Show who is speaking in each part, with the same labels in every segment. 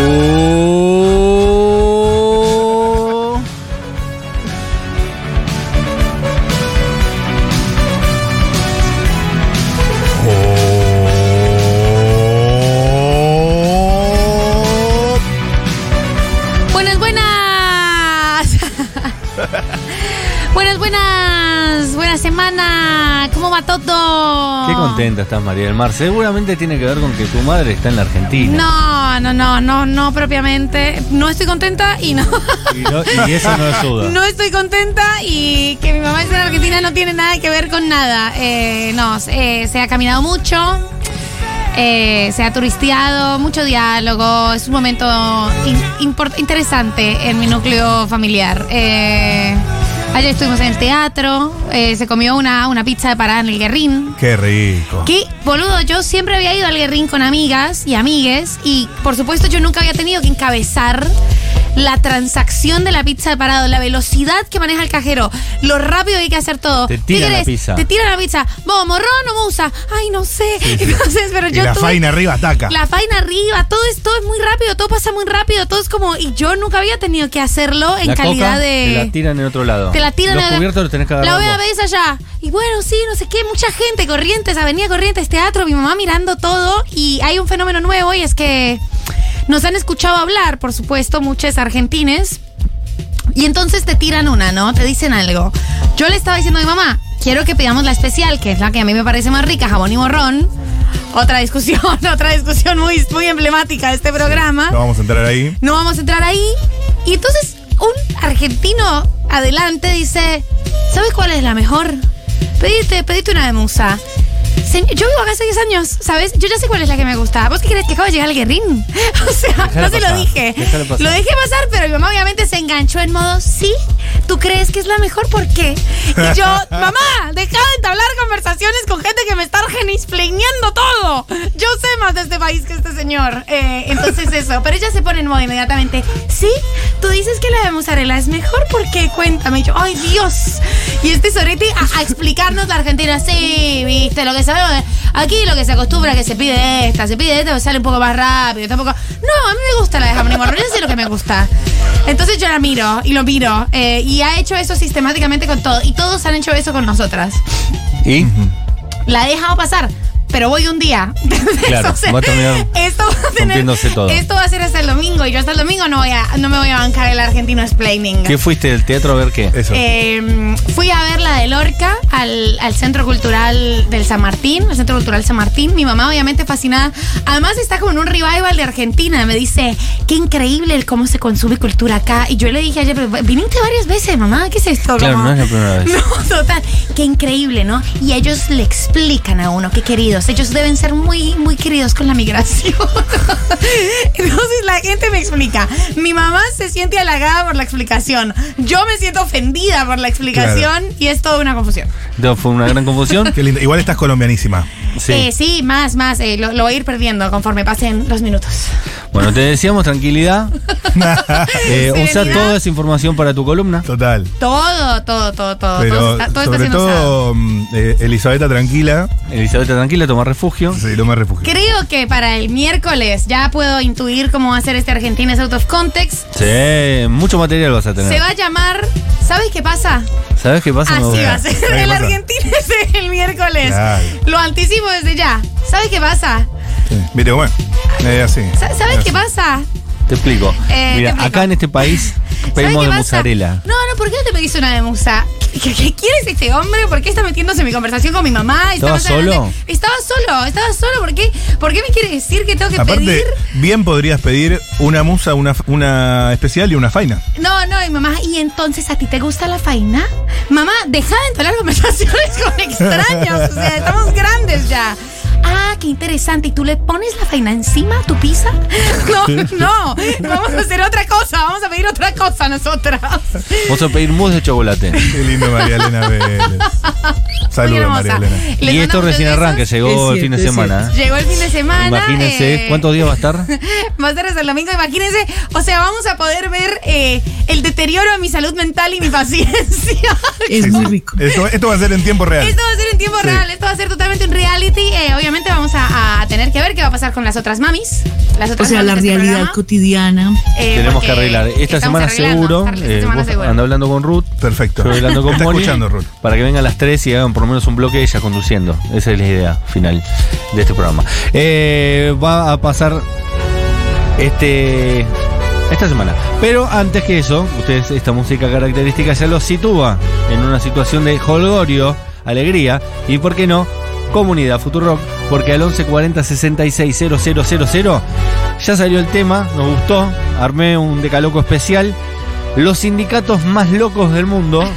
Speaker 1: Oh. la semana. ¿Cómo va todo?
Speaker 2: Qué contenta estás, María del Mar. Seguramente tiene que ver con que tu madre está en la Argentina.
Speaker 1: No, no, no, no, no propiamente. No estoy contenta y no.
Speaker 2: Y, no- y eso no ayuda.
Speaker 1: No estoy contenta y que mi mamá esté en Argentina no tiene nada que ver con nada. Eh, no, eh, se ha caminado mucho, eh, se ha turisteado, mucho diálogo. Es un momento in- import- interesante en mi núcleo familiar. Eh, ayer estuvimos en el teatro, eh, se comió una, una pizza de parada en el Guerrín.
Speaker 3: Qué rico.
Speaker 1: Que, boludo, yo siempre había ido al guerrín con amigas y amigues y por supuesto yo nunca había tenido que encabezar la transacción de la pizza de parado, la velocidad que maneja el cajero, lo rápido que hay que hacer todo.
Speaker 2: Te
Speaker 1: ¿Qué
Speaker 2: tira la
Speaker 1: querés?
Speaker 2: pizza.
Speaker 1: Te tira la pizza. ¿Vos, morrón o musa? Ay, no sé. Entonces, pero
Speaker 3: Y
Speaker 1: yo
Speaker 3: la
Speaker 1: tuve-
Speaker 3: faina arriba ataca.
Speaker 1: la faina arriba, todo es, todo es muy rápido, todo pasa muy rápido, todo es como... Y yo nunca había tenido que hacerlo en
Speaker 2: La
Speaker 1: calidad
Speaker 2: coca,
Speaker 1: de...
Speaker 2: Te la tiran en otro lado.
Speaker 1: Te la tiran
Speaker 2: Los
Speaker 1: a la-
Speaker 2: cubiertos los tenés que
Speaker 1: La
Speaker 2: agarrar.
Speaker 1: voy a
Speaker 2: vos.
Speaker 1: ver allá. Y bueno, sí, no sé qué, mucha gente, Corrientes, Avenida Corrientes, Teatro, mi mamá mirando todo. Y hay un fenómeno nuevo y es que nos han escuchado hablar, por supuesto, muchos argentines. Y entonces te tiran una, ¿no? Te dicen algo. Yo le estaba diciendo a mi mamá, quiero que pidamos la especial, que es la que a mí me parece más rica, jabón y borrón. Otra discusión, otra discusión muy, muy emblemática de este programa.
Speaker 3: No vamos a entrar ahí.
Speaker 1: No vamos a entrar ahí. Y entonces un argentino adelante dice, ¿sabes cuál es la mejor? Pediste, pediste una de Musa. Se- yo vivo acá hace 10 años, ¿sabes? Yo ya sé cuál es la que me gusta. ¿Vos qué crees que acabo de llegar al guerrín? O
Speaker 2: Déjalo
Speaker 1: sea, no se
Speaker 2: pasar,
Speaker 1: lo dije.
Speaker 2: déjalo pasar.
Speaker 1: Lo dejé pasar, pero mi mamá obviamente se enganchó en modo, sí, ¿tú crees que es la mejor? ¿Por qué? Y yo, mamá, dejá de entablar conversaciones con gente que me está genispleñando todo. Yo sé más de este país que este señor. Eh, entonces eso, pero ella se pone en modo inmediatamente, sí, tú dices que la de mozzarella es mejor porque cuéntame. Y yo, ay Dios. Y este sorete a, a explicarnos la Argentina, sí, viste, lo que sabemos, eh, aquí lo que se acostumbra que se pide esta, se pide esta, pero sale un poco más rápido, tampoco... No, a mí me gusta la de jamón y morrón, yo sé lo que me gusta. Entonces yo la miro y lo miro. eh, y ha hecho eso sistemáticamente con todo. Y todos han hecho eso con nosotras.
Speaker 2: ¿Y?
Speaker 1: La he dejado pasar, pero voy un día. Entonces,
Speaker 2: Claro, va a terminar
Speaker 1: esto va a tener-
Speaker 2: rompiéndose todo.
Speaker 1: Esto va a ser hasta el domingo. Y yo hasta el domingo no, voy a, no me voy a bancar el argentino explaining.
Speaker 2: ¿Qué fuiste del teatro a ver qué?
Speaker 3: Eso.
Speaker 1: Eh, fui a ver la de Lorca al, al Centro Cultural del San Martín, al Centro Cultural San Martín. Mi mamá obviamente fascinada. Además está como en un revival de Argentina. Me dice, qué increíble el cómo se consume cultura acá. Y yo le dije ayer, "Pero viniste varias veces, mamá, ¿qué es esto?
Speaker 2: Claro,
Speaker 1: Como-
Speaker 2: no es la primera vez.
Speaker 1: no, total. Qué increíble, ¿no? Y ellos le explican a uno, qué queridos. Ellos deben ser muy, muy queridos con la migración. Entonces la gente me explica. Mi mamá se siente halagada por la explicación. Yo me siento ofendida por la explicación y es toda una confusión.
Speaker 2: No, fue una gran confusión.
Speaker 3: Qué lindo. Igual estás colombianísima.
Speaker 2: Sí.
Speaker 1: Eh, sí más, más. eh, lo, lo voy a ir perdiendo conforme pasen los minutos.
Speaker 2: Bueno, te decíamos tranquilidad. Eh, usa
Speaker 1: Serenidad.
Speaker 2: toda esa información para tu columna.
Speaker 3: Total.
Speaker 1: Todo, todo, todo, todo. todo,
Speaker 3: Pero
Speaker 1: está, todo está
Speaker 3: sobre
Speaker 1: siendo usado.
Speaker 3: todo, mm, eh, Elisabetta tranquila.
Speaker 2: Elizabeth, tranquila, toma refugio.
Speaker 3: Sí, lo más refugio.
Speaker 1: Creo que para el miércoles ya puedo intuir cómo va a ser este Argentines Out of Context.
Speaker 2: Sí, mucho material vas a tener.
Speaker 1: Se va a llamar. ¿Sabes qué pasa?
Speaker 2: ¿Sabes qué pasa? Me
Speaker 1: Así
Speaker 2: voy
Speaker 1: va a ser.
Speaker 3: ¿Sabes qué
Speaker 1: El
Speaker 3: pasa?
Speaker 1: Argentina es el miércoles.
Speaker 3: Claro.
Speaker 1: Lo anticipo desde ya. ¿Sabes qué pasa?
Speaker 3: Sí. Viste, bueno. eh, así.
Speaker 1: Sa- ¿Sabes qué
Speaker 3: Así.
Speaker 1: pasa?
Speaker 2: Te explico.
Speaker 1: Eh, te
Speaker 2: Mira,
Speaker 1: explico.
Speaker 2: acá en este país
Speaker 1: ¿Sabes
Speaker 2: pedimos
Speaker 1: qué
Speaker 2: de
Speaker 1: pasa?
Speaker 2: mozzarella.
Speaker 1: No, no, ¿por qué no te pedís una de musa? ¿Qué, qué- qué quieres este hombre? ¿Por qué está metiéndose en mi conversación con mi mamá?
Speaker 2: ¿Estaba
Speaker 1: Estamos hablando-
Speaker 2: solo?
Speaker 1: Estaba solo, estaba solo. ¿Por qué, ¿Por qué me quiere decir que tengo que
Speaker 3: Aparte,
Speaker 1: pedir?
Speaker 3: bien podrías pedir una musa, una, una especial y una faina.
Speaker 1: No, no, y mamá, ¿y entonces a ti te gusta la faina? Mamá, deja de entablar conversaciones con extraños, o sea, estamos grandes ya. Ah, qué interesante. ¿Y tú le pones la faina encima a tu pizza? No, no. Vamos a hacer otra cosa. Vamos a pedir otra cosa nosotras.
Speaker 2: Vamos a pedir mousse de chocolate.
Speaker 3: Qué lindo, María Elena Vélez.
Speaker 1: Muy
Speaker 3: Saludos,
Speaker 1: hermosa.
Speaker 3: María Elena.
Speaker 1: Les
Speaker 2: y esto
Speaker 1: mandamos
Speaker 2: recién
Speaker 1: besos.
Speaker 2: arranca, llegó
Speaker 4: Es
Speaker 2: el fin de
Speaker 4: cierto, es
Speaker 2: semana. ¿eh?
Speaker 1: Llegó el fin de semana.
Speaker 2: Imagínense,
Speaker 1: eh,
Speaker 2: ¿cuántos días va a estar?
Speaker 1: Va a ser hasta el domingo, imagínense. O sea, vamos a poder ver eh, el deterioro de mi salud mental y mi paciencia.
Speaker 4: Es
Speaker 3: Sí,
Speaker 4: muy
Speaker 3: sí.
Speaker 2: Eh,
Speaker 4: rico.
Speaker 3: Esto, esto va a ser en tiempo real.
Speaker 1: Esto va a ser en tiempo
Speaker 3: Sí.
Speaker 1: real, esto va a ser totalmente un reality. Eh, obviamente vamos a, a tener que ver qué va a pasar con las otras mamis. Las
Speaker 4: O
Speaker 1: otras
Speaker 4: sea, la
Speaker 1: mamis de este
Speaker 4: realidad
Speaker 1: programa.
Speaker 4: cotidiana.
Speaker 1: Eh,
Speaker 2: Tenemos
Speaker 1: porque
Speaker 2: que arreglar. Esta
Speaker 1: estamos
Speaker 2: semana
Speaker 1: arreglando,
Speaker 2: seguro.
Speaker 1: Carlos, esta
Speaker 2: eh,
Speaker 1: semana
Speaker 2: vos
Speaker 1: seguro.
Speaker 2: Anda hablando con Ruth.
Speaker 3: Perfecto.
Speaker 2: Estoy hablando con
Speaker 3: Está
Speaker 2: Moni
Speaker 3: escuchando, Ruth.
Speaker 2: para que vengan a las 3 y hagan por lo menos un bloque ellas conduciendo. Esa es la idea final de este programa. Eh, va a pasar este. esta semana. Pero antes que eso, ustedes esta música característica ya los sitúa en una situación de holgorio, alegría y, ¿por qué no?, comunidad Futurock, porque al 1140 660000 ya salió el tema, nos gustó, armé un decaloco especial. Los sindicatos más locos del mundo,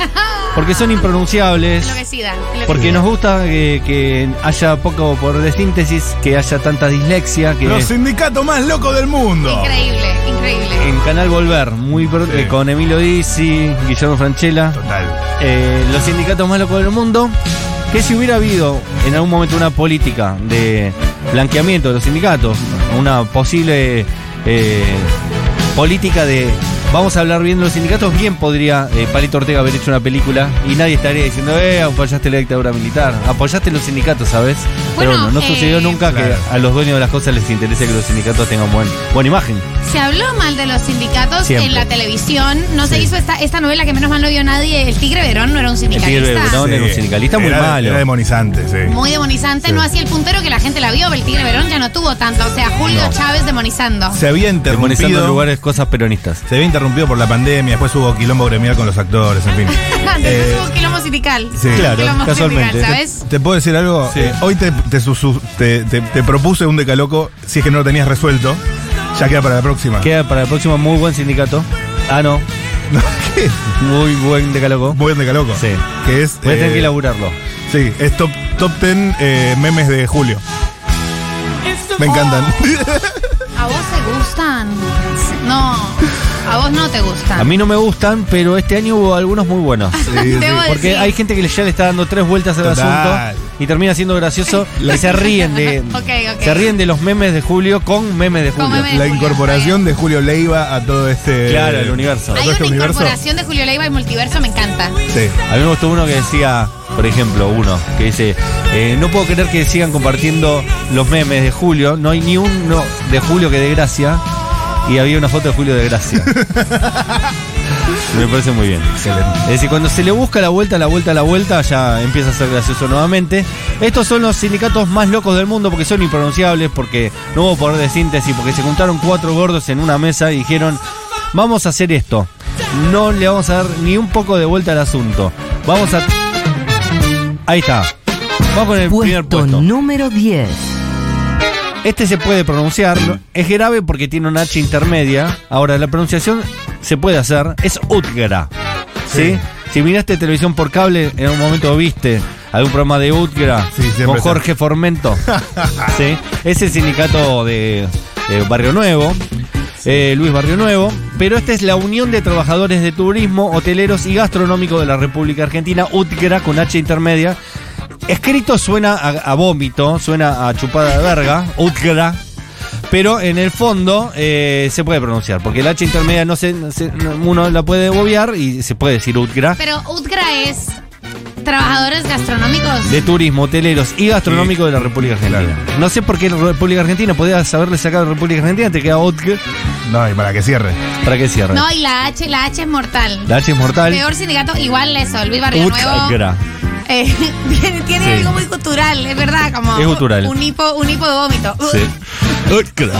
Speaker 2: porque son impronunciables.
Speaker 1: Enloquecida. enloquecida.
Speaker 2: Porque nos gusta que, que haya poco poder de síntesis, que haya tanta dislexia, que
Speaker 3: Los sindicatos más locos del mundo.
Speaker 1: Increíble, increíble.
Speaker 2: en Canal Volver, muy pro-
Speaker 3: Sí.
Speaker 2: eh, con Emilio Dizzi, Guillermo Franchella,
Speaker 3: Total.
Speaker 2: eh, los sindicatos más locos del mundo, que si hubiera habido en algún momento una política de blanqueamiento de los sindicatos, una posible eh, política de vamos a hablar bien de los sindicatos, bien podría eh, Palito Ortega haber hecho una película y nadie estaría diciendo, eh, apoyaste la dictadura militar, apoyaste los sindicatos, ¿sabes? Pero
Speaker 1: Bueno,
Speaker 2: bueno, no sucedió
Speaker 1: eh,
Speaker 2: nunca
Speaker 3: Claro.
Speaker 2: que a los dueños de las cosas les interese que los sindicatos tengan buen- buena imagen.
Speaker 1: Se habló mal de los sindicatos
Speaker 2: Siempre.
Speaker 1: en la televisión. No se
Speaker 2: Sí.
Speaker 1: hizo esta, esta novela que menos mal no vio nadie. El Tigre Verón no era un
Speaker 2: Tigre
Speaker 1: sindicalista.
Speaker 2: Verón. No, no, los sindicalistas muy
Speaker 3: Era-
Speaker 2: malos.
Speaker 3: Era demonizante, sí.
Speaker 1: Muy demonizante,
Speaker 3: Sí.
Speaker 1: no hacía el puntero que la gente la vio, pero el Tigre Verón ya no tuvo tanto. O sea, Julio
Speaker 2: No.
Speaker 1: Chávez demonizando.
Speaker 3: Se había
Speaker 2: Demonizando en
Speaker 3: interrumpido.
Speaker 2: lugares cosas peronistas.
Speaker 3: Se había interrumpido por la pandemia, después hubo quilombo gremial con los actores, en fin.
Speaker 1: Después
Speaker 3: Eh,
Speaker 1: hubo quilombo sindical.
Speaker 3: sí.
Speaker 1: Hubo
Speaker 3: Claro,
Speaker 1: quilombo
Speaker 2: casualmente.
Speaker 1: sindical, ¿sabes?
Speaker 3: ¿Te puedo decir algo?
Speaker 2: Sí.
Speaker 3: Eh, hoy te, te su- su- te- te- te propuse un decaloco, si es que no lo tenías resuelto. Ya queda para la próxima.
Speaker 2: Queda para la próxima muy buen sindicato. Ah, no.
Speaker 3: No, ¿qué?
Speaker 2: Muy buen decalogo.
Speaker 3: Muy buen decaloco.
Speaker 2: Sí.
Speaker 3: Que es.
Speaker 2: Voy a tener
Speaker 3: eh,
Speaker 2: que elaborarlo.
Speaker 3: Sí, es top, top 10 eh, memes de julio. Me encantan.
Speaker 1: Oh. ¿A vos te gustan? No, a vos no te gustan.
Speaker 2: A mí no me gustan, pero este año hubo algunos muy
Speaker 1: Ah,
Speaker 2: buenos.
Speaker 3: Sí, sí.
Speaker 1: Debo
Speaker 2: Porque
Speaker 1: decir.
Speaker 2: hay gente que ya le está dando tres vueltas al
Speaker 3: Total.
Speaker 2: asunto y termina siendo gracioso y se ríen de
Speaker 1: Ok, ok.
Speaker 2: se ríen de los memes de Julio con memes de
Speaker 1: Con
Speaker 2: Julio.
Speaker 1: memes.
Speaker 3: La incorporación de Julio Leiva a todo este.
Speaker 2: Claro, el universo.
Speaker 3: a todo
Speaker 1: Hay
Speaker 3: este
Speaker 1: una
Speaker 3: universo.
Speaker 1: incorporación de Julio Leiva al multiverso, me encanta.
Speaker 3: Sí.
Speaker 2: A mí me gustó uno que decía, por ejemplo, uno que dice, eh, no puedo creer que sigan compartiendo los memes de Julio, no hay ni uno de Julio que dé gracia, y había una foto de Julio de gracia. me parece muy bien. Es decir, cuando se le busca la vuelta, la vuelta, la vuelta, ya empieza a ser gracioso nuevamente. Estos son los sindicatos más locos del mundo porque son impronunciables, porque no hubo poder de síntesis, porque se juntaron cuatro gordos en una mesa y dijeron, vamos a hacer esto. No le vamos a dar ni un poco de vuelta al asunto. Vamos a... Ahí está. Vamos con el primer
Speaker 4: Puesto
Speaker 2: puesto.
Speaker 4: número 10.
Speaker 2: Este se puede pronunciar, ¿no?
Speaker 3: Mm.
Speaker 2: es grave porque tiene una H intermedia. Ahora, la pronunciación se puede hacer, es Utgara. ¿sí?
Speaker 3: Sí.
Speaker 2: Si miraste televisión por cable, en un momento viste algún programa de Utgara
Speaker 3: Sí, siempre
Speaker 2: con
Speaker 3: está.
Speaker 2: Jorge Formento. ¿sí? Es el sindicato de, de Barrio Nuevo, eh, Luis Barrio Nuevo. Pero esta es la Unión de Trabajadores de Turismo, Hoteleros y Gastronómicos de la República Argentina, Utgara con H intermedia. Escrito suena a, a vómito, suena a chupada de verga, Utgara. Pero en el fondo eh, se puede pronunciar, porque el H intermedia no se, no se- no- uno la puede obviar y se puede decir Utgra.
Speaker 1: Pero Utgra es trabajadores gastronómicos.
Speaker 2: De turismo, hoteleros y gastronómico de la República Argentina. No sé por qué la República Argentina, podías haberle sacado la República Argentina, te queda Utgra.
Speaker 3: No, y para que cierre.
Speaker 2: ¿Para qué cierra?
Speaker 1: No, y la H, la H es mortal.
Speaker 2: La H es mortal.
Speaker 1: Peor sindicato, igual eso, Luis Barrio Nuevo.
Speaker 2: Utgra.
Speaker 1: eh, tiene tiene
Speaker 2: Sí.
Speaker 1: algo muy cultural, es verdad, como
Speaker 2: Es gutural.
Speaker 1: un hipo, un hipo de vómito.
Speaker 2: Sí.
Speaker 1: Utgra.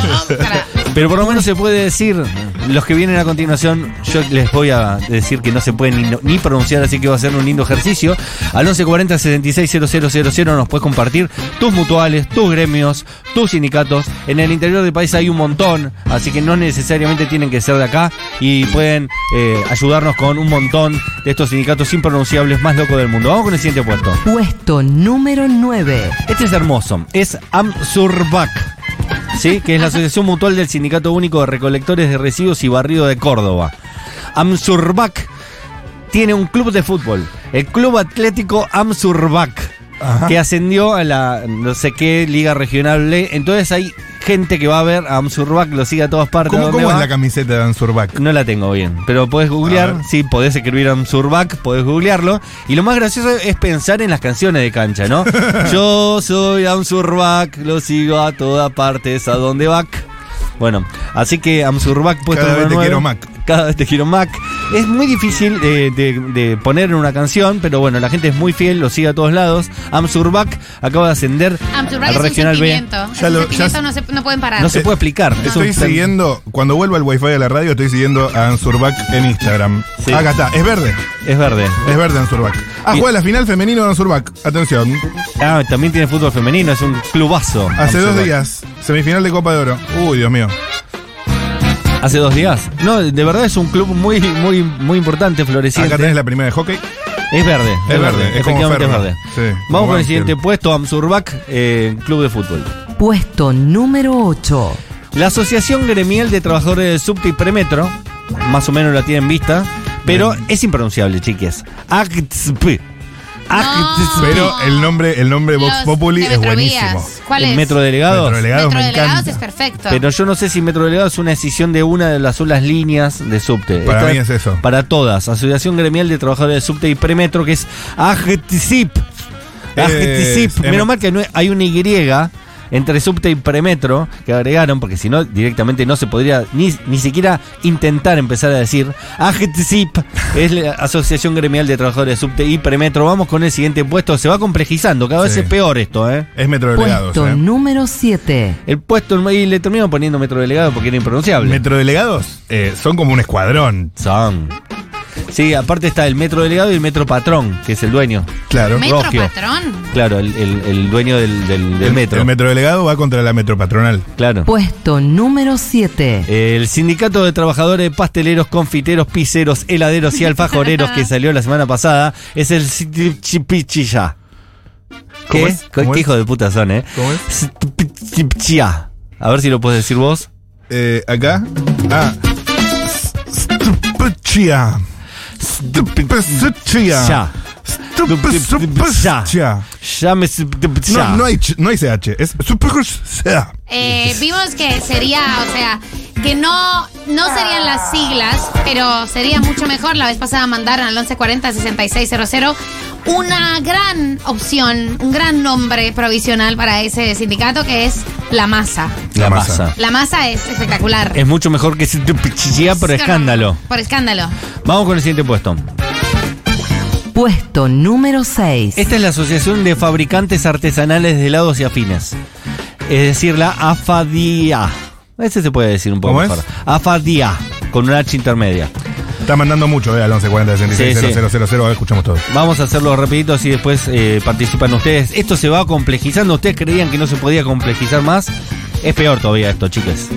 Speaker 2: Pero por lo menos se puede decir, los que vienen a continuación, yo les voy a decir que no se pueden ni, ni pronunciar, así que va a ser un lindo ejercicio. Al 1140 760000 nos puedes compartir tus mutuales, tus gremios, tus sindicatos. En el interior del país hay un montón, así que no necesariamente tienen que ser de acá y pueden eh, ayudarnos con un montón de estos sindicatos impronunciables más locos del mundo. Vamos con el siguiente puesto.
Speaker 4: Puesto número 9.
Speaker 2: Este es hermoso. Es AMSURBAC. ¿Sí? Que es la Asociación Mutual del Sindicato Único de Recolectores de Residuos y Barrido de Córdoba. AMSURBAC tiene un club de fútbol. El Club Atlético AMSURBAC.
Speaker 3: Ajá.
Speaker 2: Que ascendió a la no sé qué liga regional. B. Entonces hay gente que va a ver a AMSURBAC, lo sigue a todas partes.
Speaker 3: ¿Cómo,
Speaker 2: ¿Dónde
Speaker 3: cómo es
Speaker 2: va?
Speaker 3: la camiseta de Ansurback?
Speaker 2: No la tengo bien, pero podés
Speaker 3: A
Speaker 2: googlear,
Speaker 3: ver.
Speaker 2: sí, podés escribir Amsurbac, podés googlearlo. Y lo más gracioso es pensar en las canciones de cancha, ¿no? Yo soy Amsurbac, lo sigo a todas partes, a donde va. Bueno, así que Amsurbac puesto
Speaker 3: Cada vez
Speaker 2: número
Speaker 3: te quiero
Speaker 2: nueve.
Speaker 3: Mac.
Speaker 2: cada vez te quiero Mac. Es muy difícil eh, de, de poner en una canción, pero bueno, la gente es muy fiel, lo sigue a todos lados. Amsurbak acaba de ascender
Speaker 1: Amsterdam
Speaker 2: al
Speaker 1: es un
Speaker 2: Regional B.
Speaker 1: sentimiento. Es
Speaker 3: Ya
Speaker 1: un
Speaker 3: lo-
Speaker 1: sentimiento,
Speaker 3: ya-
Speaker 1: no, se, no pueden parar.
Speaker 2: No se puede explicar. es un
Speaker 3: Eh, Estoy
Speaker 2: sen-
Speaker 3: siguiendo, cuando vuelvo al wifi de la radio, estoy siguiendo a Ansurbac en Instagram.
Speaker 2: Sí.
Speaker 3: Acá está, es verde,
Speaker 2: Es verde.
Speaker 3: es verde Ansurbac. Ah,
Speaker 2: Y-
Speaker 3: juega la final femenino de Ansurbac. Atención,
Speaker 2: Ah, también tiene fútbol femenino, es un clubazo.
Speaker 3: hace dos
Speaker 2: Amsurbak.
Speaker 3: días, semifinal de Copa de Oro. Uy, Dios mío.
Speaker 2: Hace dos días. No, de verdad es un club muy, muy, muy importante, floreciente.
Speaker 3: Acá tenés la primera de hockey.
Speaker 2: Es verde, es,
Speaker 3: verde,
Speaker 2: verde,
Speaker 3: es como
Speaker 2: efectivamente es
Speaker 3: Ferro.
Speaker 2: verde.
Speaker 3: Sí, como
Speaker 2: Vamos con el siguiente
Speaker 3: Banfield.
Speaker 2: puesto, Amsurbac, eh, Club de Fútbol.
Speaker 4: Puesto número 8.
Speaker 2: La Asociación Gremial de Trabajadores del Subte y Premetro, más o menos la tienen vista, pero es impronunciable, chiques. ACTSP. ACTSP.
Speaker 3: Pero el nombre, el nombre Vox
Speaker 1: Los
Speaker 3: Populi es
Speaker 1: Metrovías.
Speaker 3: buenísimo.
Speaker 1: ¿Cuál
Speaker 2: El
Speaker 1: es?
Speaker 2: Metro Delegados.
Speaker 3: Metro Delegados me
Speaker 1: Metrodelegados es
Speaker 3: encanta.
Speaker 1: perfecto.
Speaker 2: Pero yo no sé si Metro Delegado es una decisión de una de las solas líneas de subte.
Speaker 3: Para mí es eso.
Speaker 2: Para todas. Asociación Gremial de Trabajadores de Subte y Premetro, que es AGTICIP. AGTICIP.
Speaker 3: Eh, Es-
Speaker 2: Menos mal que no hay una Y entre subte y premetro que agregaron, porque si no, directamente no se podría ni, ni siquiera intentar empezar a decir AGTICIP es la Asociación Gremial de Trabajadores de Subte y Premetro. Vamos con el siguiente puesto. Se va complejizando. Cada vez
Speaker 3: Sí.
Speaker 2: es peor esto, ¿eh?
Speaker 3: Es Metro Delegados.
Speaker 4: Puesto
Speaker 3: ¿eh?
Speaker 4: número 7.
Speaker 2: El puesto, y le terminaron poniendo metro delegado porque era impronunciable.
Speaker 3: Metro Delegados eh, son como un escuadrón.
Speaker 2: Son. Sí, aparte está el metro delegado y el metro patrón, que es el dueño.
Speaker 3: Claro.
Speaker 1: Metro
Speaker 2: Rogio.
Speaker 1: Patrón.
Speaker 2: Claro, el, el- el dueño del, del- del
Speaker 3: El-
Speaker 2: metro.
Speaker 3: El Metro Delegado va contra la Metro Patronal.
Speaker 2: Claro.
Speaker 4: Puesto número 7.
Speaker 2: El sindicato de trabajadores de pasteleros, confiteros, piseros, heladeros y alfajoreros que salió la semana pasada es el Stipichilla.
Speaker 3: ¿Cómo
Speaker 2: ¿Qué?
Speaker 3: es?
Speaker 2: ¿Qué
Speaker 3: ¿Cómo es?
Speaker 2: hijo de puta son, eh?
Speaker 3: ¿Cómo es?
Speaker 2: Stipichilla. A ver si lo puedes decir vos.
Speaker 3: Eh, acá. Ah. Stupechia. Stupechia.
Speaker 2: Ya. Ya me.
Speaker 3: No, no hay, ch- no hay CH, es Stupechia.
Speaker 1: Eh, vimos que sería, o sea, que no, no serían las siglas, pero sería mucho mejor. La vez pasada mandaron al 1140-6600 una gran opción, un gran nombre provisional para ese sindicato que es La Masa.
Speaker 2: La
Speaker 3: La masa.
Speaker 2: masa.
Speaker 1: La Masa es espectacular.
Speaker 2: Es mucho mejor que Stipichilla por
Speaker 1: Sí, no,
Speaker 2: escándalo.
Speaker 1: Por escándalo.
Speaker 2: Vamos con el siguiente puesto.
Speaker 4: Puesto número 6.
Speaker 2: Esta es la Asociación de Fabricantes Artesanales de Helados y Afines. Es decir, la AFADIA. Ese se puede decir un poco
Speaker 3: ¿Cómo
Speaker 2: mejor.
Speaker 3: es?
Speaker 2: AFADIA, con una H intermedia.
Speaker 3: Está mandando mucho, eh, al 1140 66
Speaker 2: Sí, sí.
Speaker 3: 000, a ver, escuchamos todo.
Speaker 2: Vamos a hacerlo rapiditos y después eh, participan ustedes. Esto se va complejizando. Ustedes creían que no se podía complejizar más. Es peor todavía esto, chicas.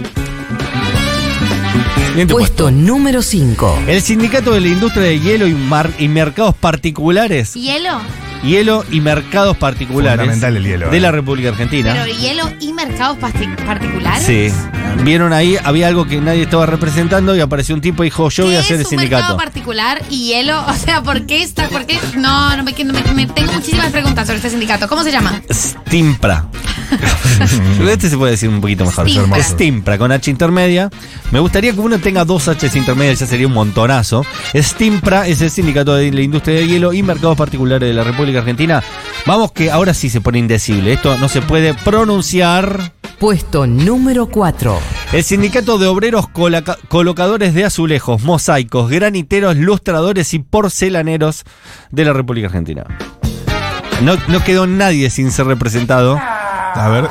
Speaker 2: Siguiente
Speaker 4: Puesto número 5.
Speaker 2: El Sindicato de la Industria de Hielo y, Mar- y Mercados Particulares.
Speaker 1: Hielo,
Speaker 2: Hielo y Mercados Particulares.
Speaker 3: Fundamental el hielo,
Speaker 2: De
Speaker 3: eh.
Speaker 2: la República Argentina.
Speaker 1: pero hielo y mercados parti- particulares.
Speaker 2: Sí. Vieron ahí, había algo que nadie estaba representando y apareció un tipo y dijo, yo voy
Speaker 1: ¿Qué
Speaker 2: a hacer el
Speaker 1: es un mercado
Speaker 2: sindicato.
Speaker 1: particular y hielo? O sea, ¿por qué está? ¿Por qué? No, no me, que- no me- me- tengo muchísimas preguntas sobre este sindicato. ¿Cómo se llama?
Speaker 2: Stimpra. este se puede decir un poquito mejor.
Speaker 1: Es hermoso.
Speaker 2: Stimpra, con H intermedia. Me gustaría que uno tenga dos H intermedias, ya sería un montonazo. Stimpra es el sindicato de la industria de hielo y mercados particulares de la República Argentina. Vamos que ahora sí se pone indecible. Esto no se puede pronunciar.
Speaker 4: Puesto número 4.
Speaker 2: El sindicato de obreros colaca- colocadores de azulejos, mosaicos, graniteros, lustradores y porcelaneros de la República Argentina. No, no quedó nadie sin ser representado.
Speaker 3: A ver,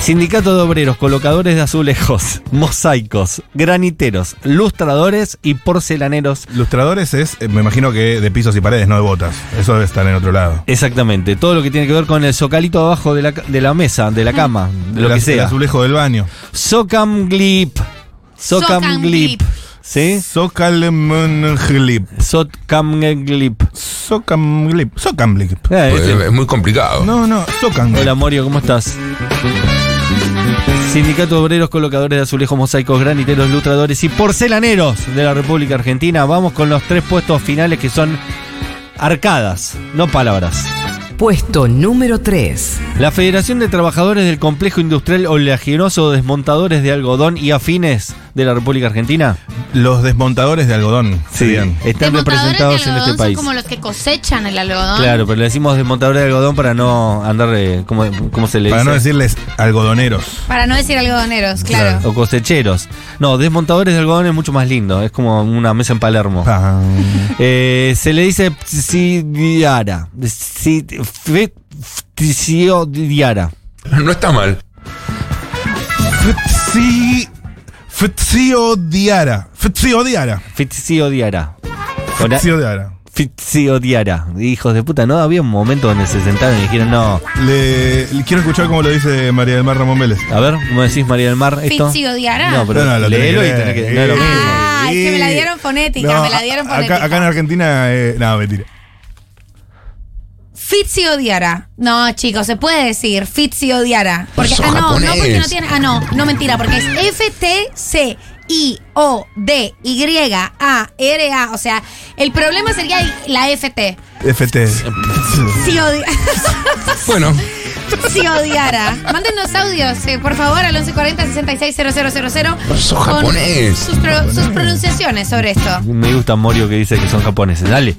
Speaker 2: Sindicato de obreros colocadores de azulejos, mosaicos, graniteros, lustradores y porcelaneros.
Speaker 3: lustradores es, eh, me imagino que de pisos y paredes, no de botas. Eso debe estar en otro lado.
Speaker 2: Exactamente, todo lo que tiene que ver con el socalito abajo de la, ca- de la mesa, de la cama, de lo
Speaker 3: El
Speaker 2: que
Speaker 3: az- El
Speaker 2: sea.
Speaker 3: azulejo del baño.
Speaker 2: Socamglip. Socamglip.
Speaker 1: Socamglip.
Speaker 2: ¿Sí?
Speaker 3: Socamglip.
Speaker 2: Socamglip.
Speaker 3: Socamglip. Socamglip.
Speaker 2: Eh,
Speaker 5: Pues,
Speaker 2: este-
Speaker 5: es muy complicado.
Speaker 3: No, no, Socamglip.
Speaker 2: Hola Morio, ¿cómo estás? Sindicato de Obreros Colocadores de Azulejos Mosaicos Graniteros Lustradores y Porcelaneros de la República Argentina. Vamos con los tres puestos finales que son arcadas, no palabras.
Speaker 4: Puesto número 3.
Speaker 2: La Federación de Trabajadores del Complejo Industrial Oleaginoso Desmontadores de Algodón y Afines de la República Argentina.
Speaker 3: Los desmontadores de algodón.
Speaker 2: Sí,
Speaker 3: serían.
Speaker 2: están
Speaker 1: Desmontadores de
Speaker 2: representados en
Speaker 1: algodón
Speaker 2: este país.
Speaker 1: Son como los que cosechan el algodón.
Speaker 2: Claro, pero le decimos desmontadores de algodón para no andar, eh, ¿cómo, cómo se le
Speaker 3: Para
Speaker 2: dice?
Speaker 3: no decirles algodoneros.
Speaker 1: Para no decir algodoneros, claro.
Speaker 2: O cosecheros. No, desmontadores de algodón es mucho más lindo. Es como una mesa en Palermo.
Speaker 3: Pan.
Speaker 2: Eh, se le dice psidiara. Psi- fe- Psidiara.
Speaker 5: No está mal.
Speaker 3: Futsi. Futsio Diara. Futsio Diara.
Speaker 2: Psidiara. Ahora,
Speaker 3: Futsio Diara.
Speaker 2: Psidiara. Hijos de puta, ¿no? Había un momento donde se sentaron y dijeron, no.
Speaker 3: Le, le quiero escuchar cómo lo dice María del Mar Ramón Vélez.
Speaker 2: A ver, ¿cómo decís María del Mar? ¿Esto?
Speaker 1: Fitziodiara.
Speaker 2: No, pero
Speaker 3: No, no, lo tenés
Speaker 2: léelo
Speaker 3: que
Speaker 2: y tenés
Speaker 3: leer.
Speaker 2: que. no es lo mismo.
Speaker 1: Ah, es que me la dieron fonética,
Speaker 3: No,
Speaker 1: me la dieron
Speaker 3: a-
Speaker 1: fonética.
Speaker 3: acá, acá en Argentina. eh, no, mentira.
Speaker 1: Fitziodiara. No, chicos, se puede decir Fitziodiara. Porque,
Speaker 5: Son
Speaker 1: ah, no, no,
Speaker 5: japonés.
Speaker 1: porque no tiene. Ah, no, no mentira, porque es F-T-C-I-O-D-Y-A-R-A. O sea, el problema sería el- la FT.
Speaker 3: FT.
Speaker 5: Bueno,
Speaker 1: Fitziodiara. Mándenos audios, eh, por favor, al 1140-660000.
Speaker 5: Son
Speaker 1: con
Speaker 5: japonés.
Speaker 1: Sus, pro- sus pronunciaciones sobre esto.
Speaker 2: Me gusta Morio que dice que son japoneses. Dale.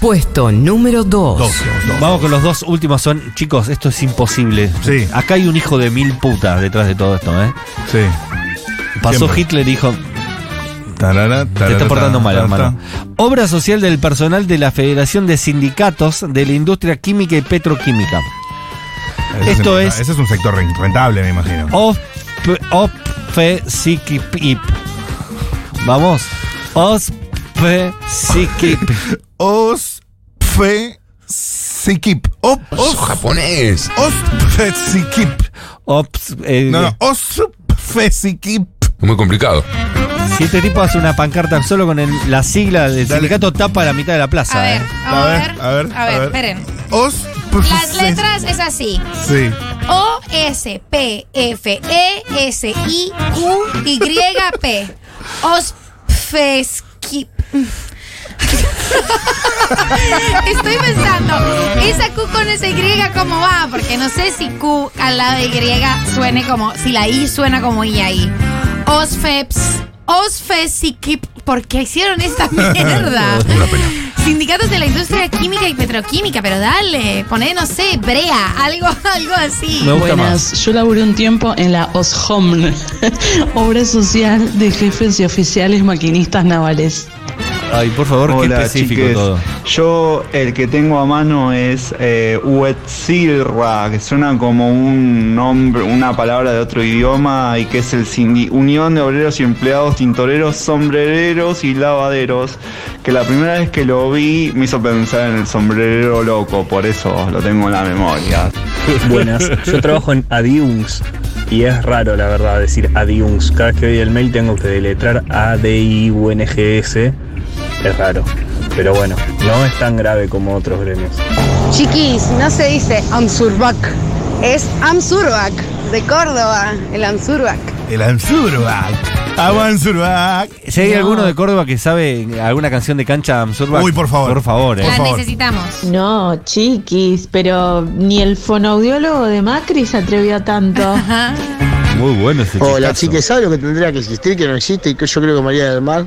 Speaker 4: Puesto número 2.
Speaker 2: Vamos con los dos últimos. Son, chicos, esto es imposible.
Speaker 3: Sí.
Speaker 2: Acá hay un hijo de mil putas detrás de todo esto, ¿eh?
Speaker 3: Sí.
Speaker 2: Pasó
Speaker 3: Siempre.
Speaker 2: Hitler y dijo,
Speaker 3: Tarara,
Speaker 2: te
Speaker 3: tarara,
Speaker 2: está portando mal,
Speaker 3: tarara,
Speaker 2: hermano. Obra social del personal de la Federación de Sindicatos de la Industria Química y Petroquímica.
Speaker 3: tarara. Ese
Speaker 2: Esto
Speaker 3: un-
Speaker 2: es-
Speaker 3: Ese es un sector ren- rentable, me imagino.
Speaker 2: Op- Opfe Siquipip. Vamos. Ospe Siquip.
Speaker 3: Os. Fe. Sikip. Op-
Speaker 5: sos
Speaker 3: Os.
Speaker 5: japonés.
Speaker 3: Os. Fe. Sikip.
Speaker 2: Ops, eh,
Speaker 3: No, no. Os. Fe. Sikip.
Speaker 5: Muy complicado.
Speaker 2: Si este tipo hace una pancarta solo con el- la sigla del
Speaker 3: Dale.
Speaker 2: sindicato, tapa la mitad de la plaza.
Speaker 1: A ver,
Speaker 2: ¿eh?
Speaker 1: a ver,
Speaker 3: a ver, a ver.
Speaker 1: esperen.
Speaker 3: Os. Fe-
Speaker 1: Las letras es así.
Speaker 3: Sí.
Speaker 1: O S P F E S I Q Y P. Ospfesquip. Estoy pensando, esa Q con esa Y cómo va, porque no sé si Q al lado de Y suene como, si la I suena como I ahí. Osfeps, Osfesikip, ¿por qué hicieron esta mierda? Sindicatos de la industria química y petroquímica, pero dale, poné, no sé, brea, algo, algo así.
Speaker 2: Me gusta más.
Speaker 6: Buenas, yo laburé un tiempo en la OSHOMN, obra social de jefes y oficiales maquinistas navales.
Speaker 2: Ay, por favor, qué
Speaker 7: Hola,
Speaker 2: específico
Speaker 7: chiques.
Speaker 2: todo.
Speaker 7: Yo el que tengo a mano es eh, Uetzilra, que suena como un nombre, una palabra de otro idioma y que es el sindi- Unión de Obreros y Empleados Tintoreros, Sombrereros y Lavaderos, que la primera vez que lo vi me hizo pensar en el sombrerero loco, por eso lo tengo en la memoria.
Speaker 8: Buenas, yo trabajo en Adiunx y es raro la verdad decir Adiunx. Cada vez que doy el mail tengo que deletrar A D I U N G S. Es raro. Pero bueno, no es tan grave como otros gremios.
Speaker 9: Chiquis, no se dice Amsurbac, es Amsurbac, de Córdoba, el Amsurbac.
Speaker 3: El Ansurbac. Avansurbac.
Speaker 2: Si hay alguno de Córdoba que sabe alguna canción de cancha Amsurbac,
Speaker 3: Uy, por favor.
Speaker 2: Por favor, eh.
Speaker 1: La
Speaker 3: favor.
Speaker 1: necesitamos.
Speaker 10: No, chiquis, pero ni el fonoaudiólogo de Macri se atrevió a tanto.
Speaker 1: Ajá.
Speaker 2: Muy bueno ese
Speaker 11: Hola
Speaker 2: chistazo.
Speaker 11: chiques, ¿sabes lo que tendría que existir, que no existe y que yo creo que María del Mar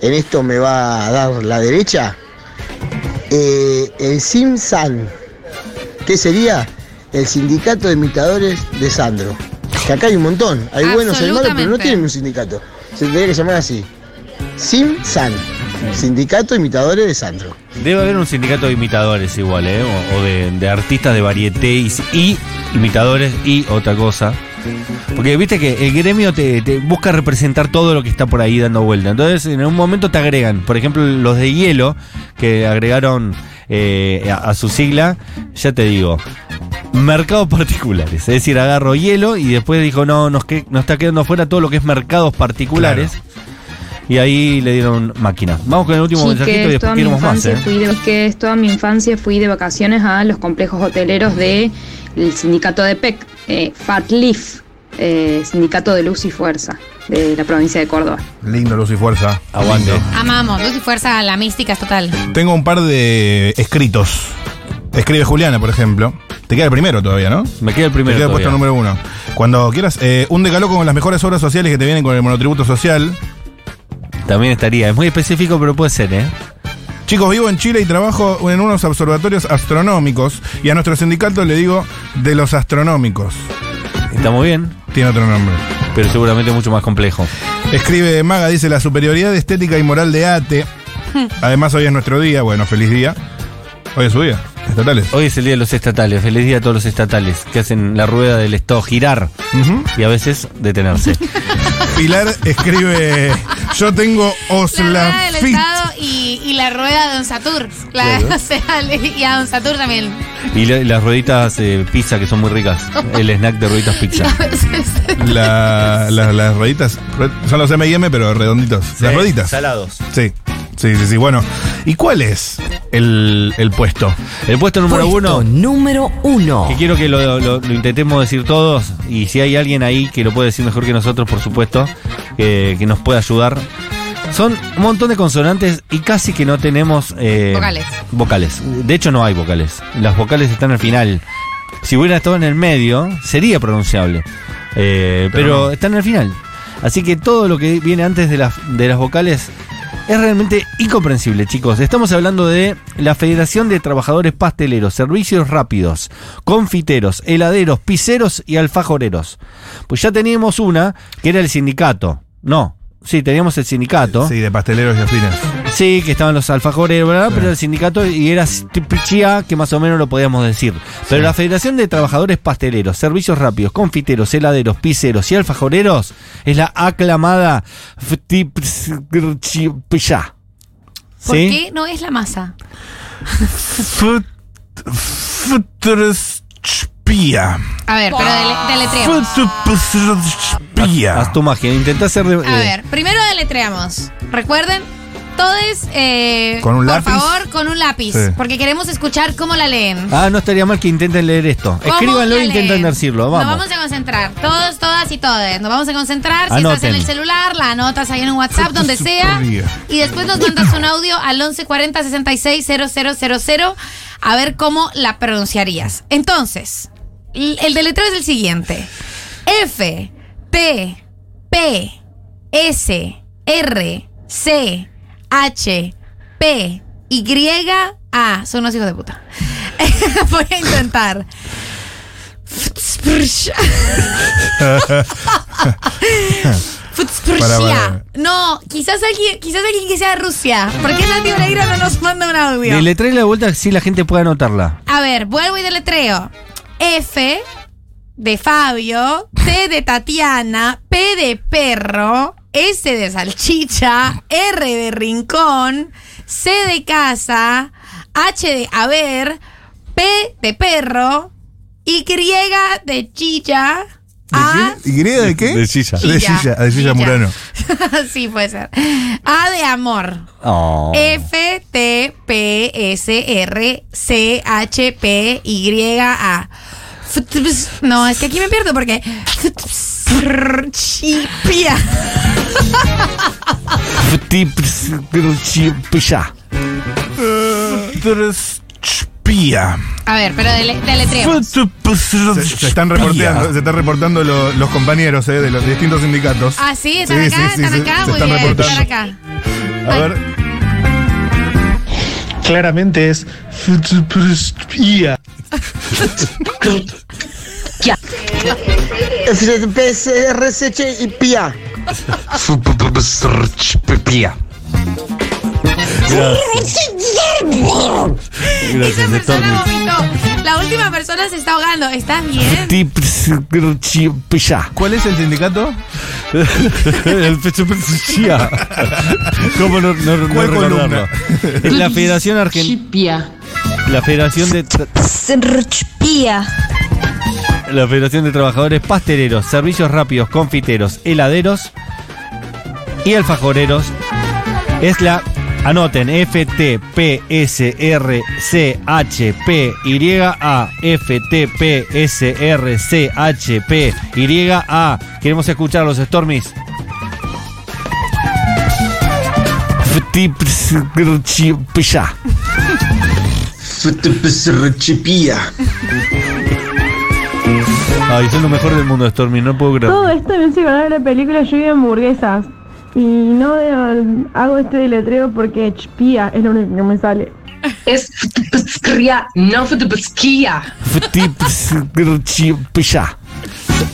Speaker 11: en esto me va a dar la derecha? Eh, el SimSan, ¿qué sería? El sindicato de imitadores de Sandro. Que acá hay un montón, hay buenos, hay malos, pero no
Speaker 1: Absolutamente.
Speaker 11: tienen un sindicato. Se tendría que llamar así. SimSan, sindicato de imitadores de Sandro.
Speaker 2: Debe haber un sindicato de imitadores igual, ¿eh? O, o de, de artistas de varietés y imitadores y otra cosa. Porque viste que el gremio te, te busca representar todo lo que está por ahí dando vuelta. Entonces, en un momento te agregan. Por ejemplo, los de hielo, que agregaron eh, a, a su sigla, ya te digo. Mercados particulares. Es decir, agarro hielo y después dijo, no, nos, que, nos está quedando fuera todo lo que es mercados particulares. Y ahí le dieron máquina. Vamos con el último mensajito y después queremos más. ¿eh?
Speaker 10: fui de, toda mi infancia fui de vacaciones a los complejos hoteleros del sindicato de PEC, Fat Leaf, eh, sindicato de luz y fuerza de la provincia de Córdoba.
Speaker 3: Lindo, luz y fuerza.
Speaker 2: Aguante.
Speaker 3: Lindo.
Speaker 1: Amamos, luz y fuerza, la mística es total.
Speaker 3: Tengo un par de escritos. Escribe Juliana, por ejemplo. Te queda el primero todavía, ¿no?
Speaker 2: Me queda el primero.
Speaker 3: Te queda el puesto
Speaker 2: todavía.
Speaker 3: número uno. Cuando quieras, eh, un decaloco con las mejores obras sociales que te vienen con el monotributo social.
Speaker 2: También estaría. Es muy específico, pero puede ser, ¿eh?
Speaker 3: Chicos, vivo en Chile y trabajo en unos observatorios astronómicos y a nuestro sindicato le digo de los astronómicos.
Speaker 2: Estamos bien.
Speaker 3: Tiene otro nombre.
Speaker 2: Pero seguramente mucho más complejo.
Speaker 3: Escribe Maga, dice la superioridad estética y moral de ATE. Además, hoy es nuestro día. Bueno, feliz día. Hoy es su día. Estatales.
Speaker 2: Hoy es el día de los estatales. Feliz día a todos los estatales que hacen la rueda del Estado girar y a veces detenerse.
Speaker 3: Pilar escribe: Yo tengo
Speaker 1: La rueda del
Speaker 3: Oslafit.
Speaker 1: Estado y, y la rueda de Don Satur. La-
Speaker 2: Claro.
Speaker 1: o sea, le- y a Don Satur también.
Speaker 2: Y la- las rueditas eh, pizza que son muy ricas. El snack de rueditas
Speaker 1: Y
Speaker 2: pizza.
Speaker 1: a veces-
Speaker 3: La- la- las roditas. Son los MM, pero redonditos. las roditas.
Speaker 2: Salados.
Speaker 3: Sí. Sí, sí, sí. Bueno, ¿y cuál es el, el puesto?
Speaker 2: El puesto número
Speaker 4: Puesto
Speaker 2: uno.
Speaker 4: número uno.
Speaker 2: Que quiero que lo, lo- lo intentemos decir todos. Y si hay alguien ahí que lo puede decir mejor que nosotros, por supuesto, eh, que nos pueda ayudar. Son un montón de consonantes y casi que no tenemos. eh,
Speaker 1: Vocales.
Speaker 2: Vocales. De hecho, no hay vocales. Las vocales están al final. Si hubiera estado en el medio, sería pronunciable. Eh, pero
Speaker 3: Pero no.
Speaker 2: están al final. Así que todo lo que viene antes de las, de las vocales es realmente incomprensible, chicos. Estamos hablando de la Federación de Trabajadores Pasteleros, Servicios Rápidos, Confiteros, Heladeros, Piceros y Alfajoreros. Pues ya teníamos una que era el sindicato. No, sí, teníamos el sindicato.
Speaker 3: Sí, de pasteleros y afines.
Speaker 2: Sí, que estaban los alfajores, ¿verdad? pero el sindicato y era chía que más o menos lo podíamos decir. Pero la Federación de Trabajadores Pasteleros, Servicios Rápidos, Confiteros, Heladeros, Piceros y Alfajoreros es la aclamada FTPCHIA.
Speaker 1: ¿Por
Speaker 2: ¿Sí?
Speaker 1: qué no es la masa?
Speaker 3: Futrspia.
Speaker 1: A ver, pero dele- deletreamos.
Speaker 3: Futrspia.
Speaker 2: Haz tu magia, intenta hacer de- eh,
Speaker 1: A
Speaker 2: de-
Speaker 1: ver, primero deletreamos. Recuerden, todos, eh,
Speaker 3: ¿Con un
Speaker 1: por
Speaker 3: lápiz?
Speaker 1: favor, con un lápiz,
Speaker 3: Sí.
Speaker 1: porque queremos escuchar cómo la leen.
Speaker 2: Ah, no estaría mal que intenten leer esto.
Speaker 1: ¿Cómo
Speaker 2: Escríbanlo
Speaker 1: la
Speaker 2: e intenten
Speaker 1: leen?
Speaker 2: decirlo,
Speaker 1: Nos
Speaker 2: vamos.
Speaker 1: vamos a concentrar, todos, todas y todes. Nos vamos a concentrar. Si estás
Speaker 2: Anoten.
Speaker 1: en el celular, la anotas ahí en un WhatsApp, donde sea. Y después nos mandas un audio al 1140 66 000 a ver cómo la pronunciarías. Entonces, l- el deletreo es el siguiente: F, T, P, S, R, C, H, P, Y, A. Son unos hijos de puta. Voy a intentar.
Speaker 3: Para,
Speaker 1: Rusia.
Speaker 3: para.
Speaker 1: No, quizás alguien, quizás alguien que sea de Rusia. ¿Por qué Nati Oreiro no nos manda un audio?
Speaker 2: Le traes la vuelta si la gente puede anotarla.
Speaker 1: A ver, vuelvo y deletreo. F de Fabio, T de Tatiana, P de perro, S de salchicha, R de rincón, C de casa, H de haber, P de perro, Y de chicha, A
Speaker 3: ¿Y griega de qué?
Speaker 2: De Silla.
Speaker 3: De
Speaker 1: Ah. Silla.
Speaker 3: Silla, de Silla
Speaker 1: Silla.
Speaker 3: Murano.
Speaker 1: sí, puede ser. A de amor.
Speaker 2: Oh.
Speaker 1: F, T, P, S, R, C, H, P, Y, A. Ftps. No, es que aquí me pierdo porque. Ftpsrchipia.
Speaker 2: FTPCHIA.
Speaker 3: Futrspia.
Speaker 1: A ver, pero dele- deletreo.
Speaker 3: Se, se están reportando, se están reportando lo- los compañeros eh, de los distintos sindicatos.
Speaker 1: Ah, sí, están
Speaker 3: Sí,
Speaker 1: acá,
Speaker 3: sí, sí,
Speaker 1: están
Speaker 3: se-
Speaker 1: acá,
Speaker 3: se
Speaker 1: muy
Speaker 3: están
Speaker 1: bien,
Speaker 3: reportando.
Speaker 1: están acá.
Speaker 3: A ver,
Speaker 8: Claramente es.
Speaker 11: PSRCH y PIA.
Speaker 1: Esa
Speaker 2: Gracias,
Speaker 1: persona
Speaker 2: Stormy.
Speaker 1: vomitó. La última persona se está ahogando. ¿Estás bien?
Speaker 2: FTPCHIA.
Speaker 3: ¿cuál es el sindicato?
Speaker 2: El FTPCHIA. ¿Cómo no, no, no
Speaker 3: ¿Cuál columna?
Speaker 2: recordarlo? Es la Federación Argentina.
Speaker 6: Chipia.
Speaker 2: La Federación de. Tra- La Federación de Trabajadores Pasteleros, Servicios Rápidos, Confiteros, Heladeros y Alfajoreros. Es la. Anoten, F, T, P, S, R, C, H, P, Y, A, F, T, P, S, R, C, H, P, Y, A. Queremos escuchar a los Stormies. Ay, son lo mejor del mundo, Stormy, no puedo creer.
Speaker 12: Todo esto me hace acordar la película Lluvia de Hamburguesas. Y no de- hago este deletreo porque chpía es lo único que me sale.
Speaker 13: Es Ria, no futupskia.
Speaker 2: Ftipskrchipilla.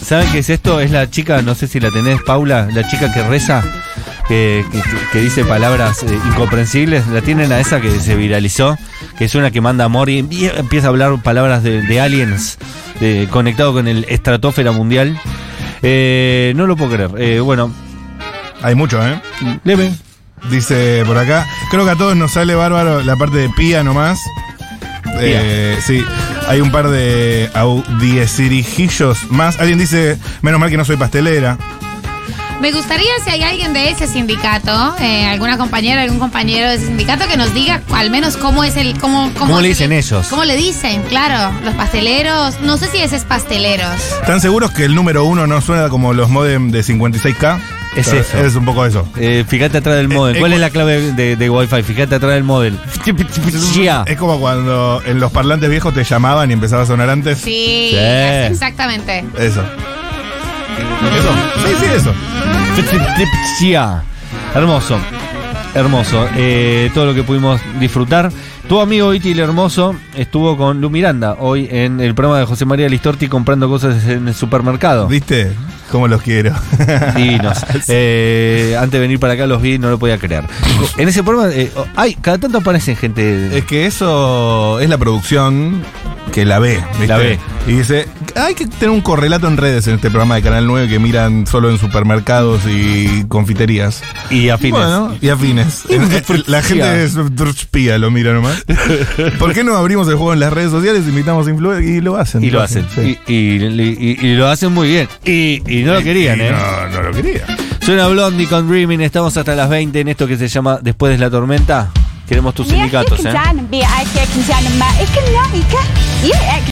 Speaker 2: ¿Saben qué es esto? Es la chica, no sé si la tenés, Paula, la chica que reza, que, que- que dice palabras eh, incomprensibles. La tienen a esa que se viralizó, que es una que manda amor y empie- empieza a hablar palabras de, de aliens, de- conectado con el estratosfera mundial. Eh, no lo puedo creer. Eh, bueno.
Speaker 3: Hay mucho, ¿eh?
Speaker 2: Leve.
Speaker 3: Dice por acá. Creo que a todos nos sale bárbaro la parte de pía nomás. Eh, sí, hay un par de audiecijillos más. Alguien dice, menos mal que no soy pastelera.
Speaker 1: Me gustaría si hay alguien de ese sindicato, eh, alguna compañera, algún compañero de ese sindicato que nos diga al menos cómo es el, cómo, cómo,
Speaker 2: ¿Cómo le dicen ellos?
Speaker 1: cómo le dicen, claro, los pasteleros. No sé si ese es pasteleros.
Speaker 3: ¿Están seguros que el número uno no suena como los modem de 56K?
Speaker 2: Es
Speaker 3: Claro,
Speaker 2: eso.
Speaker 3: Es un poco eso.
Speaker 2: Eh, fíjate atrás del model. ¿Cuál es la clave de, de Wi-Fi? Fíjate atrás del model. Ftipskrchia.
Speaker 3: Es como cuando en los parlantes viejos te llamaban y empezaba a sonar antes.
Speaker 1: Sí,
Speaker 3: Sí.
Speaker 1: exactamente.
Speaker 3: Eso. Eso. Sí, sí, eso.
Speaker 2: Ftipskrchia. Hermoso. Hermoso. Eh, todo lo que pudimos disfrutar. Tu amigo Iti el Hermoso estuvo con Lu Miranda hoy en el programa de José María Listorti comprando cosas en el supermercado.
Speaker 3: ¿Viste? Cómo los quiero.
Speaker 2: Divinos. Eh, antes de venir para acá los vi, no lo podía creer. En ese programa, eh, oh, ay, cada tanto aparecen gente.
Speaker 3: Es que eso es la producción que la ve. ¿viste?
Speaker 2: La ve.
Speaker 3: Y dice, hay que tener un correlato en redes en este programa de Canal 9 que miran solo en supermercados y confiterías.
Speaker 2: Y afines.
Speaker 3: Bueno, y afines. la gente es espía, lo mira nomás. ¿Por qué no abrimos el juego en las redes sociales, invitamos a influencers y lo hacen?
Speaker 2: Y lo hacen.
Speaker 3: Sí.
Speaker 2: Y, y- y- y lo hacen muy bien. Y, y no lo querían,
Speaker 3: Y
Speaker 2: ¿eh?
Speaker 3: No, no lo quería.
Speaker 2: Suena Blondie con Dreaming. Estamos hasta las 20 en esto que se llama Después de la tormenta. Queremos tus sindicatos, ¿eh?
Speaker 14: Can't be, I can't, can't, I can't, I can't.